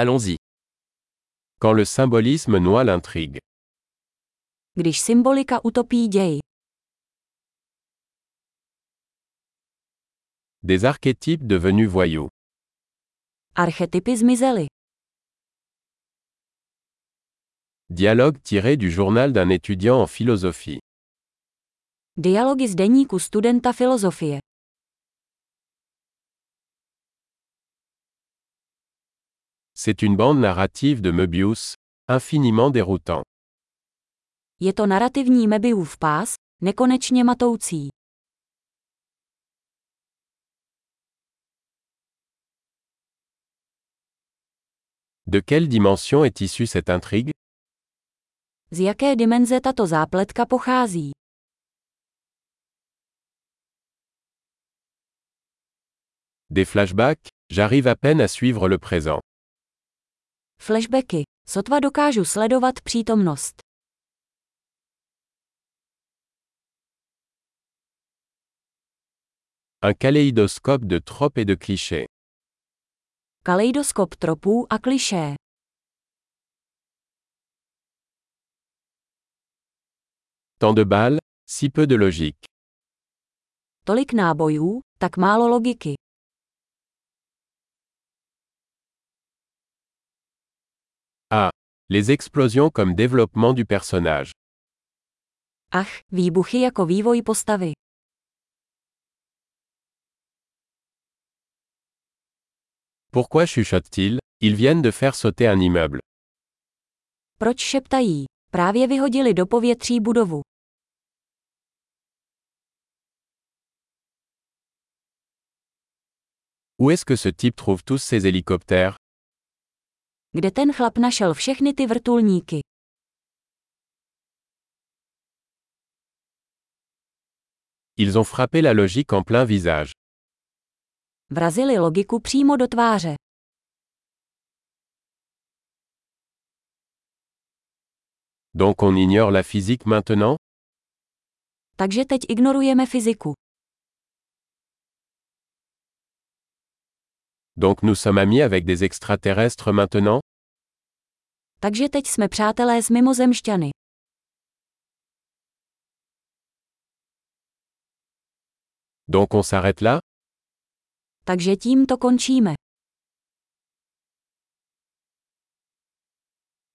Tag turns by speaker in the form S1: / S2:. S1: Allons-y. Quand le symbolisme noie l'intrigue.
S2: Když symbolika utopí děj,
S1: Des archétypes devenus voyous.
S2: archetypy zmizely.
S1: Dialogue tiré du journal d'un étudiant en philosophie.
S2: Dialogy z deníku studenta filozofie.
S1: C'est une bande narrative de Möbius, infiniment déroutant.
S2: Je to narrativní Mebiův pás, nekonečně matoucí.
S1: De quelle dimension est issue cette intrigue
S2: Z jaké dimenze tato zápletka pochází?
S1: Des flashbacks J'arrive à peine à suivre le présent.
S2: Flashbacky. Sotva dokážu sledovat přítomnost.
S1: Un kaléidoscope de tropes et de clichés.
S2: Kaleidoskop tropů a klišé.
S1: Tant de balles, si peu de logique.
S2: Tolik nábojů, tak málo logiky.
S1: Les explosions comme développement du personnage.
S2: Ach, výbuchy jako vývoj postavy.
S1: Pourquoi chuchotent-ils Ils viennent de faire sauter un immeuble.
S2: Proč šeptají? Právě vyhodili do povětří budovu.
S1: Où est-ce que ce type trouve tous ces hélicoptères
S2: Kde ten chlap našel všechny ty vrtulníky?
S1: Ils ont frappé la logique en plein visage.
S2: Vrazili logiku přímo do tváře.
S1: Donc on ignore la physique maintenant
S2: Takže teď ignorujeme fyziku.
S1: Donc nous sommes amis avec des extraterrestres maintenant
S2: Takže teď jsme přátelé s mimozemšťany.
S1: Donc on s'arrête là
S2: Takže tím to končíme.